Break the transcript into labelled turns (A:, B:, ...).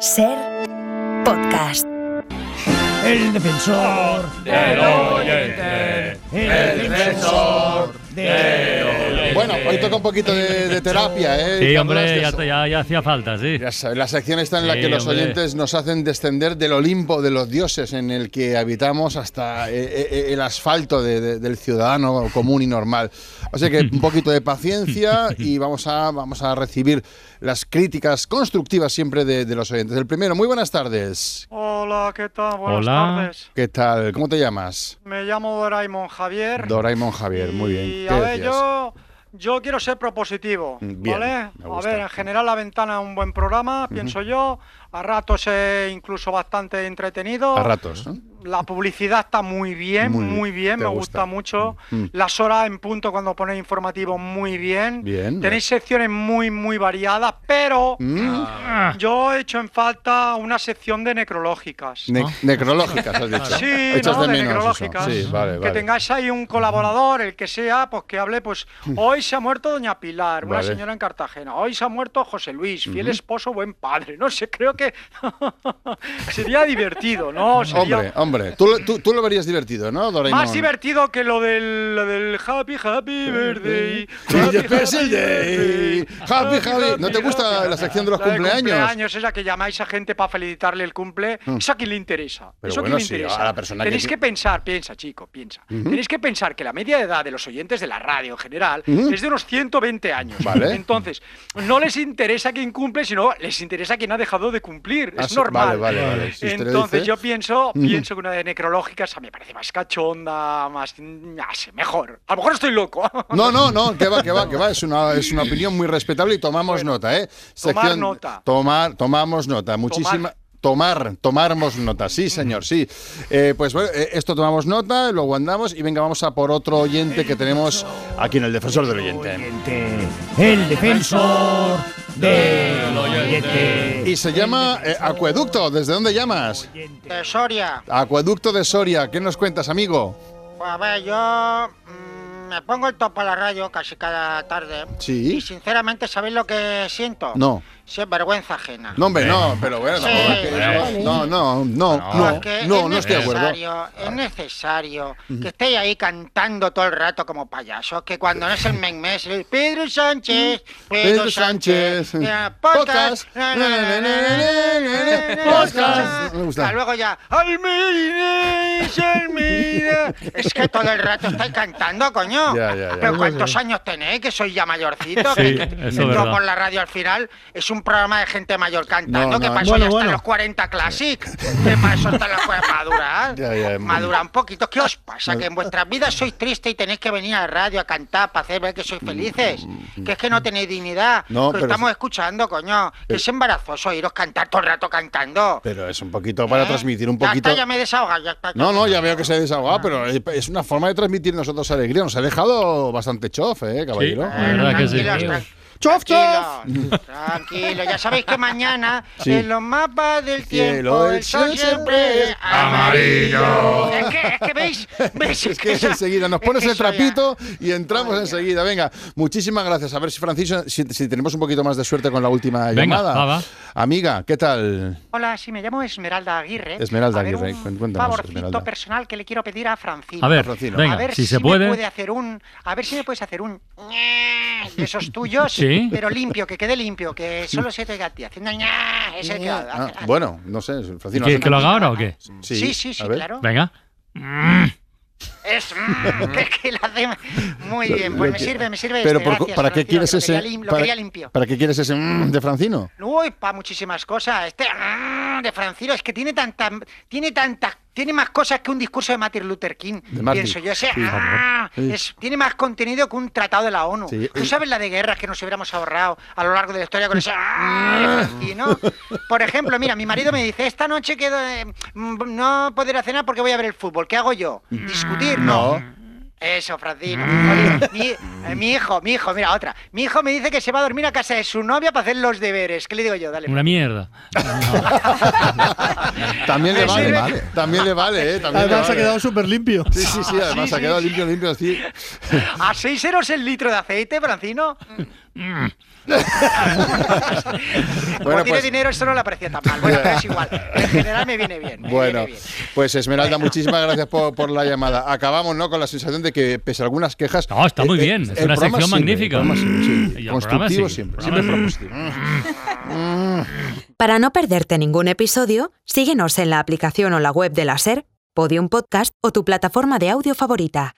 A: Ser podcast.
B: El defensor
C: del oyente. El defensor
B: del
D: Bueno, hoy toca un poquito de, de terapia, ¿eh?
C: Sí,
D: Carlos,
C: hombre,
D: que
C: ya,
D: so-
C: ya- ya hacía falta, sí.
D: ya sabes, la sección está en la
C: Sí,
D: que los
C: hombre.
D: oyentes nos hacen descender del Olimpo de los dioses en el que habitamos hasta eh, eh, el asfalto de- de- del ciudadano común y normal. O sea que un poquito de paciencia y vamos a, vamos a recibir las críticas constructivas siempre de, de los oyentes. El primero, muy buenas tardes.
E: Hola, ¿qué tal? Buenas
C: Hola.
E: tardes.
D: ¿Qué tal? ¿Cómo te llamas?
E: Me llamo Doraemon Javier.
D: Doraemon Javier, muy bien.
E: Y
D: ¿Qué
E: a ver,
D: decías?
E: yo, yo quiero ser propositivo,
D: Mm, bien,
E: ¿vale?
D: me
E: A
D: gusta.
E: ver, en general La Ventana es un buen programa, pienso yo. A ratos es incluso bastante entretenido.
D: A ratos, ¿no?
E: La publicidad está muy bien,
D: Muy
E: muy,
D: bien,
E: bien,
D: te
E: me
D: gusta.
E: gusta, mucho.
D: Mm.
E: Las horas en punto cuando ponéis informativos, muy bien.
D: Bien.
E: Tenéis secciones muy, muy variadas, pero
D: Mm.
E: yo he hecho en falta una sección de necrológicas.
D: Ne- Necrológicas, has dicho.
E: Sí,
D: Echas
E: ¿no?
D: de menos
E: de
D: eso.
E: necrológicas.
D: Sí, vale,
E: que
D: vale.
E: tengáis ahí un colaborador, el que sea, pues que hable, pues hoy se ha muerto Doña Pilar, una
D: Mm. Vale.
E: señora en Cartagena, hoy se ha muerto José Luis, fiel esposo, buen padre, no sé, creo que sería divertido, ¿no? Sería
D: Hombre, hombre, tú, lo- tú, tú lo verías divertido, ¿no, Doraemon?
E: más divertido que lo del, lo del Happy Happy Birthday.
D: Sí, es el day. Happy, happy. ¿No te gusta
E: happy.
D: la sección de los
E: La
D: cumpleaños? Mm.
E: cumpleaños esa que llamáis a gente para felicitarle el cumple. Eso a quien le interesa.
D: Pero
E: eso a
D: bueno,
E: quien le
D: sí,
E: interesa.
D: a la persona que
E: Tenéis
D: ti-
E: que, pensar, piensa, chico, piensa. Tenéis que pensar que la media de edad de los oyentes de la radio en general
D: Ujú.
E: es de unos 120 años.
D: Vale.
E: Entonces, no les interesa quien cumple, sino les interesa quien ha dejado de cumplir.
D: Ah,
E: es
D: sí,
E: normal.
D: Vale, vale, vale. Si usted lo
E: Entonces
D: dice.
E: yo pienso, pienso que una de necrológica esa me parece más cachonda, más no sé, mejor. A lo mejor estoy loco.
D: No, no, no, que va, que va, que va. Es una, es una opinión muy respetable y tomamos nota, ¿eh?
E: nota.
D: Tomar, tomamos nota. Muchísima. Tomar, tomamos nota, sí señor, sí. Eh, pues bueno, eh, esto tomamos nota, lo guardamos y venga, vamos a por otro oyente que tenemos aquí en el Defensor del Oyente.
B: oyente. El defensor del oyente.
D: Y se llama eh, Acueducto, ¿desde dónde llamas?
F: De Eh, Soria.
D: Acueducto de Soria, ¿qué nos cuentas, amigo?
F: Pues a ver, yo mm, me pongo el top a la radio casi cada tarde.
D: Sí.
F: Y sinceramente, ¿sabéis lo que siento?
D: No.
F: Si es vergüenza ajena.
D: No, hombre, no, pero bueno,
F: Sí.
D: tampoco es que- No, no, no, no,
F: Porque
D: no,
F: es
D: no estoy de acuerdo.
F: necesario, Es necesario que estéis ahí cantando todo el rato como payasos, que cuando no es el men mes, el Pedro Sánchez,
D: Pedro Sánchez,
F: eh, podcast,
D: podcast,
F: na, na, na, na, na, na, na,
D: podcast. Me gusta.
F: Y luego ya, Almiris, Almira. Es que todo el rato estáis cantando, coño.
D: Ya, ya, ya.
F: Pero ¿cuántos años tenéis? Que soy ya mayorcito.
C: Sí,
F: que- que
C: eso es
F: yo
C: verdad.
F: por la radio al final es un programa de gente mayor
D: No,
F: cantando, que
D: no,
F: pasó
B: bueno,
F: ya
B: bueno.
F: hasta los 40 Classic. Que para eso están las cosas maduras.
D: Ya, ya.
F: Madura un poquito. ¿Qué os pasa? Que en vuestras vidas sois tristes y tenéis que venir a la radio a cantar para hacer ver que sois felices. Que es que no tenéis dignidad.
D: Mm, No,
F: que
D: pero- Eh.
F: estamos escuchando, coño. Que es embarazoso iros cantar todo el rato cantando.
D: Pero es un poquito para
F: ¿eh?
D: transmitir un
F: Ya
D: poquito.
F: está, ya me he desahogado, ya está.
D: No, no, ya veo que se ha desahogado, pero es- es una forma de transmitir nosotros alegría. Nos ha dejado bastante chof, ¿eh, caballero?
C: Sí. La verdad que sí.
F: tranquilos, tran-
D: Chof,
F: Tranquilo, tranquilo. Ya sabéis que mañana
D: Sí.
F: en los mapas del
D: Cielo,
F: tiempo
D: el
F: el sol
D: sol
F: siempre es
D: siempre
F: amarillo. Es que, es que veis, veis
D: Es que es
F: ya-
D: enseguida, nos
F: es
D: pones
F: que
D: el
F: eso ya-
D: trapito y entramos
F: Madre
D: enseguida. Venga, muchísimas gracias. A ver si Francisco, si, si tenemos un poquito más de suerte con la última
C: Venga,
D: llamada.
C: va, va.
D: Amiga, ¿qué tal?
F: Hola, sí, me llamo Esmeralda Aguirre.
D: Esmeralda
F: A ver,
D: Aguirre,
F: un
D: cuen- cuéntanos,
F: favorcito
D: Esmeralda.
F: personal que le quiero pedir a Francino.
C: A ver,
D: Rocino.
C: venga,
F: a ver
C: si, se
F: me
C: puede.
F: puede hacer un, a ver si me puedes hacer un de esos tuyos,
C: Sí.
F: pero limpio, que quade limpio, que solo se te oiga a ti haciendo ñe, ese que hace-
D: Ah, bueno, no sé, Francino.
C: ¿Que,
D: has
C: que lo haga ahora o qué?
D: Sí,
F: Sí, sí, sí,
D: a ver.
F: claro.
C: Venga.
F: Es mm, que, que la hace muy bien, pues me sirve, me sirve.
D: Pero
F: este,
D: por-
F: gracias,
D: ¿para qué
F: Francino,
D: quieres
F: que lo
D: ese?
F: quería lim- Lo
D: para,
F: quería limpio.
D: ¿Para qué quieres ese mm de Francino?
F: Uy, para muchísimas cosas. Este mm, de Francino es que tiene tantas, tiene tantas, tiene más cosas que un discurso de Martin Luther King.
D: De Martin.
F: Pienso yo, ese
D: Sí,
F: ah,
D: sí.
F: es- tiene más contenido que un tratado de la ONU.
D: Sí,
F: ¿Tú
D: el-
F: sabes la de guerras que nos hubiéramos ahorrado a lo largo de la historia con ese ah, de Francino? Por ejemplo, mira, mi marido me dice esta noche quedo, eh, mm, no podré cenar porque voy a ver el fútbol. ¿Qué hago yo?
D: Mm.
F: Discutir, no. Eso, Francino. Oye, mi, eh, mi hijo, mi hijo, mira, otra. Mi hijo me dice que se va a dormir a casa de su novia para hacer los deberes. ¿Qué le digo yo? Dale.
C: Una mierda.
D: También le
F: Me
D: vale,
F: sirve-
D: vale. También le vale, ¿eh? También le
G: Además, ha
D: vale.
G: quedado súper limpio.
D: Sí, sí, sí, además
F: Sí,
D: ha
F: sí.
D: quedado limpio, limpio, sí.
F: ¿A 6 euros el litro de aceite, Francino?
E: Como
D: Bueno,
E: tiene
D: pues-
E: dinero, eso no le parecía tan mal. Bueno, pero es igual. En general me viene bien. me
D: Bueno,
E: viene bien.
D: pues Esmeralda, muchísimas gracias por, por la llamada. Acabamos ¿no? con la sensación de que, pese a algunas quejas. eh,
C: No, está muy bien, es una
D: el programa
C: sección
D: sirve,
C: magnífica.
D: el programa sirve, sí.
C: Y el programa
D: Constructivo
C: sí,
D: siempre,
C: el
D: siempre
C: programa
D: propositivo.
A: Para no perderte ningún episodio, síguenos en la aplicación o la web de la SER, Podium Podcast o tu plataforma de audio favorita.